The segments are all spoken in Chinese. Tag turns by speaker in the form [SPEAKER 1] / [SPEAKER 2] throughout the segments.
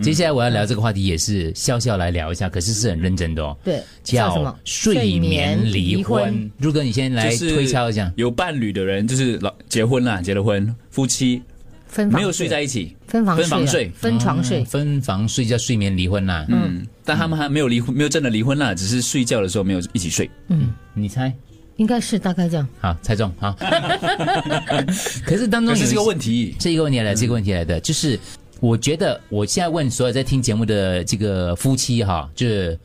[SPEAKER 1] 接下来我要聊这个话题，也是笑笑来聊一下，可是是很认真的哦。
[SPEAKER 2] 对叫什
[SPEAKER 1] 叫
[SPEAKER 2] 么
[SPEAKER 1] 睡眠离婚。如哥，你先来
[SPEAKER 3] 就是
[SPEAKER 1] 推敲一下。
[SPEAKER 3] 有伴侣的人就是老结婚啦，结了婚，夫妻
[SPEAKER 2] 分房
[SPEAKER 3] 没有睡在一起，
[SPEAKER 2] 分房
[SPEAKER 3] 分房
[SPEAKER 2] 睡
[SPEAKER 3] 睡
[SPEAKER 2] 啊，分床睡
[SPEAKER 1] 嗯，分房睡叫睡眠离婚啦。
[SPEAKER 3] 嗯，但他们还没有离婚，没有真的离婚啦，只是睡觉的时候没有一起睡。
[SPEAKER 1] 你猜？
[SPEAKER 2] 应该是大概这样。
[SPEAKER 1] 好，猜中 好。可是当中
[SPEAKER 3] 可
[SPEAKER 1] 有
[SPEAKER 3] 是
[SPEAKER 1] 一
[SPEAKER 3] 这个问题，嗯
[SPEAKER 1] 这一个问题来的，这个问题来的，就是我觉得我现在问所有在听节目的这个夫妻哈，就是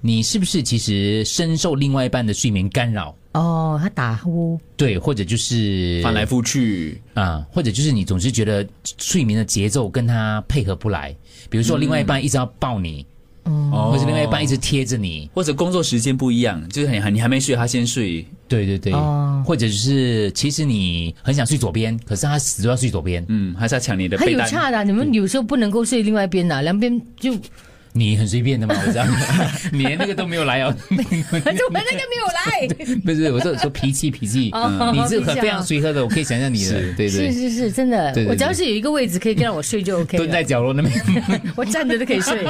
[SPEAKER 1] 你是不是其实深受另外一半的睡眠干扰？
[SPEAKER 2] 哦，他打呼，
[SPEAKER 1] 对，或者就是
[SPEAKER 3] 翻来覆去，
[SPEAKER 1] 啊、或者就是你总是觉得睡眠的节奏跟他配合不来，比如说另外一半一直要抱你，
[SPEAKER 3] 哦
[SPEAKER 2] 嗯
[SPEAKER 1] 或者另外一半一直贴着你，
[SPEAKER 3] 或者工作时间不一样，就是你还你还没睡，他先睡，
[SPEAKER 1] 对对对，
[SPEAKER 2] 哦
[SPEAKER 1] 或者就是其实你很想睡左边，可是他死都要睡左边，
[SPEAKER 3] 嗯，还是要抢你的
[SPEAKER 2] 还
[SPEAKER 3] 被
[SPEAKER 2] 有
[SPEAKER 3] 单。
[SPEAKER 2] 差的啊，你们有时候不能够睡另外一边的，两边就
[SPEAKER 1] 你很随便的嘛，我知 道，你连那个都没有来哦。
[SPEAKER 2] 怎么哎那个没有来？
[SPEAKER 1] 不是，我说说脾气脾气，
[SPEAKER 2] 哦
[SPEAKER 1] 你是
[SPEAKER 2] 脾
[SPEAKER 1] 很
[SPEAKER 2] 气啊
[SPEAKER 1] 非常随和的，我可以想象你的，对
[SPEAKER 2] 是
[SPEAKER 1] 对，
[SPEAKER 2] 是是，真的
[SPEAKER 1] 对对，对
[SPEAKER 2] 我只要是有一个位置可以让我睡就 OK
[SPEAKER 1] 蹲在
[SPEAKER 2] 了，
[SPEAKER 1] 角落那边。
[SPEAKER 2] 我站着都可以睡。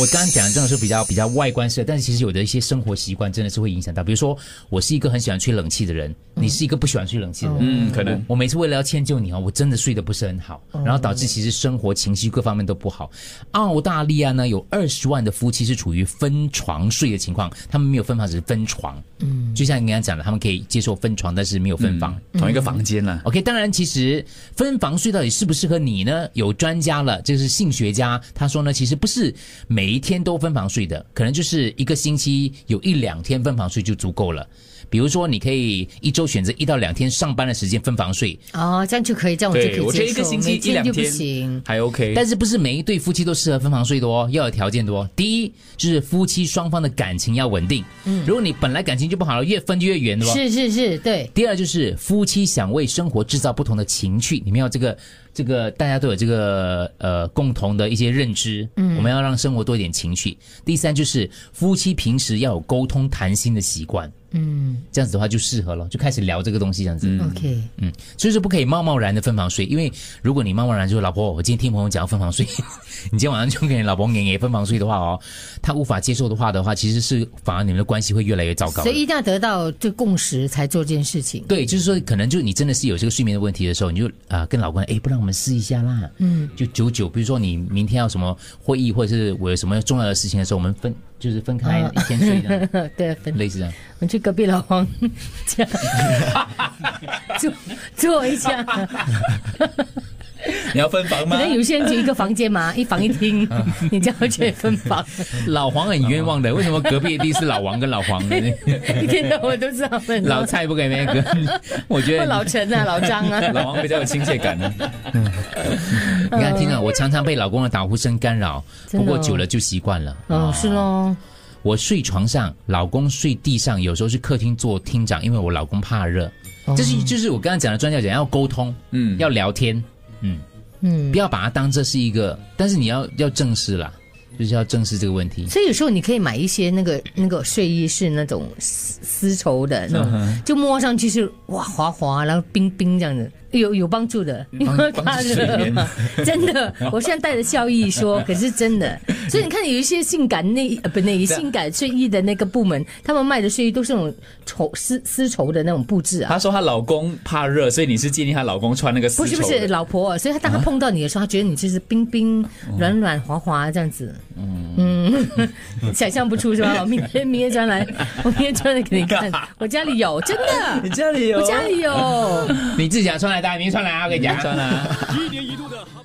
[SPEAKER 1] 我刚刚讲的真的是比较比较外观式的，但是其实有的一些生活习惯真的是会影响到，比如说我是一个很喜欢吹冷气的人，你是一个不喜欢吹冷气的人。
[SPEAKER 3] 嗯，可能
[SPEAKER 1] 我每次为了要迁就你哦，我真的睡得不是很好，然后导致其实生活、情绪各方面都不好。澳大利亚呢，有二十万的夫妻是处于分床睡的情况，他们没有分房，只是分床。嗯，就像你刚刚讲的，他们可以接受分床，但是没有
[SPEAKER 2] 嗯
[SPEAKER 1] 分房。
[SPEAKER 3] 同一个房间啦。
[SPEAKER 1] OK，当然，其实分房睡到底适不适合你呢？有专家了，这是性学家，他说呢，其实不是每一天都分房睡的，可能就是一个星期有一两天分房睡就足够了。比如说，你可以一周选择一到两天上班的时间分房睡，
[SPEAKER 2] 哦，这样就可以，这样我就可以接
[SPEAKER 3] 对，
[SPEAKER 2] 受。
[SPEAKER 3] 我觉得一个星期
[SPEAKER 2] 每
[SPEAKER 3] 一两
[SPEAKER 2] 就不
[SPEAKER 3] 天
[SPEAKER 2] 行。
[SPEAKER 3] 还 OK，
[SPEAKER 1] 但是不是每一对夫妻都适合分房睡的哦，要有条件的哦。第一就是夫妻双方的感情要稳定，如果你本来感情就不好了，越分就越远的哦。
[SPEAKER 2] 是是是，对，
[SPEAKER 1] 第二就是夫妻想为生活制造不同的情趣，你们要这个这个大家都有这个呃共同的一些认知，嗯，我们要让生活多一点情趣。第三就是夫妻平时要有沟通谈心的习惯，嗯，这样子的话就适合了，就开始聊这个东西这样子，
[SPEAKER 2] OK，
[SPEAKER 1] 嗯，所以说不可以贸贸然的分房睡，因为如果你贸贸然就老婆，我今天听朋友讲要分房睡， 你今天晚上就跟你老婆也分房睡的话哦，她无法接受的话的话，其实是反而你们的关系会越来越糟糕的。
[SPEAKER 2] 所以一定要得到这共识才做这件事情。
[SPEAKER 1] 对，就是说，可能就你真的是有这个睡眠的问题的时候，你就啊、呃跟老公哎，不然我们试一下啦。嗯，就久久，比如说你明天要什么会议，或者是我有什么重要的事情的时候，我们分就是分开一天睡 这样，
[SPEAKER 2] 对，分
[SPEAKER 1] 类似这样。
[SPEAKER 2] 我们去隔壁老王家 坐坐一下，
[SPEAKER 3] 你要分房吗
[SPEAKER 2] 可？能有些人就一个房间嘛，一房一厅，你这样去分房，
[SPEAKER 1] 老黄很冤枉的，为什么隔壁的是老王跟老黄呢？
[SPEAKER 2] 一天到晚都是他们。
[SPEAKER 1] 老蔡不给那个， 我觉
[SPEAKER 2] 或
[SPEAKER 1] 得
[SPEAKER 2] 老陈啊，老张啊，
[SPEAKER 3] 老王比较有亲切感呢。啊
[SPEAKER 1] 你看，听了我常常被老公的打呼声干扰，
[SPEAKER 2] 真
[SPEAKER 1] 不
[SPEAKER 2] 的哦
[SPEAKER 1] 过久了就习惯了。
[SPEAKER 2] 嗯，是喽，
[SPEAKER 1] 我睡床上，老公睡地上，有时候是客厅做厅长，因为我老公怕热。这是就是我刚刚讲的专家讲要沟通，嗯，
[SPEAKER 3] 嗯
[SPEAKER 1] 要聊天，嗯嗯，不要把它当这是一个，但是你要要正视啦，就是要正视这个问题。
[SPEAKER 2] 所以有时候你可以买一些那个那个睡衣是那种丝丝绸的那种，就摸上去是哇滑滑，然后冰冰这样子，有有帮助的，因为怕热嘛，真的。 我现在带着笑意说，可是真的。所以你看，有一些性感内呃不内衣性感睡衣的那个部门，他们卖的睡衣都是那种绸丝丝绸的那种布置啊。
[SPEAKER 3] 她说她老公怕热，所以你是建议她老公穿那个丝
[SPEAKER 2] 不
[SPEAKER 3] 绸
[SPEAKER 2] 是
[SPEAKER 3] 的？
[SPEAKER 2] 不是，老婆、所以他当他碰到你的时候，他觉得你就是冰冰、
[SPEAKER 3] 嗯
[SPEAKER 2] 软软、滑滑这样子。嗯， 想象不出是 吧？我明天明天穿来，我明天穿来给你看。我家里有，真的，
[SPEAKER 3] 家里有
[SPEAKER 2] 我家里有。
[SPEAKER 1] 你自己想穿来，大家明天穿来啊，我跟你讲。
[SPEAKER 3] 穿啊。
[SPEAKER 4] 一年一度的哈。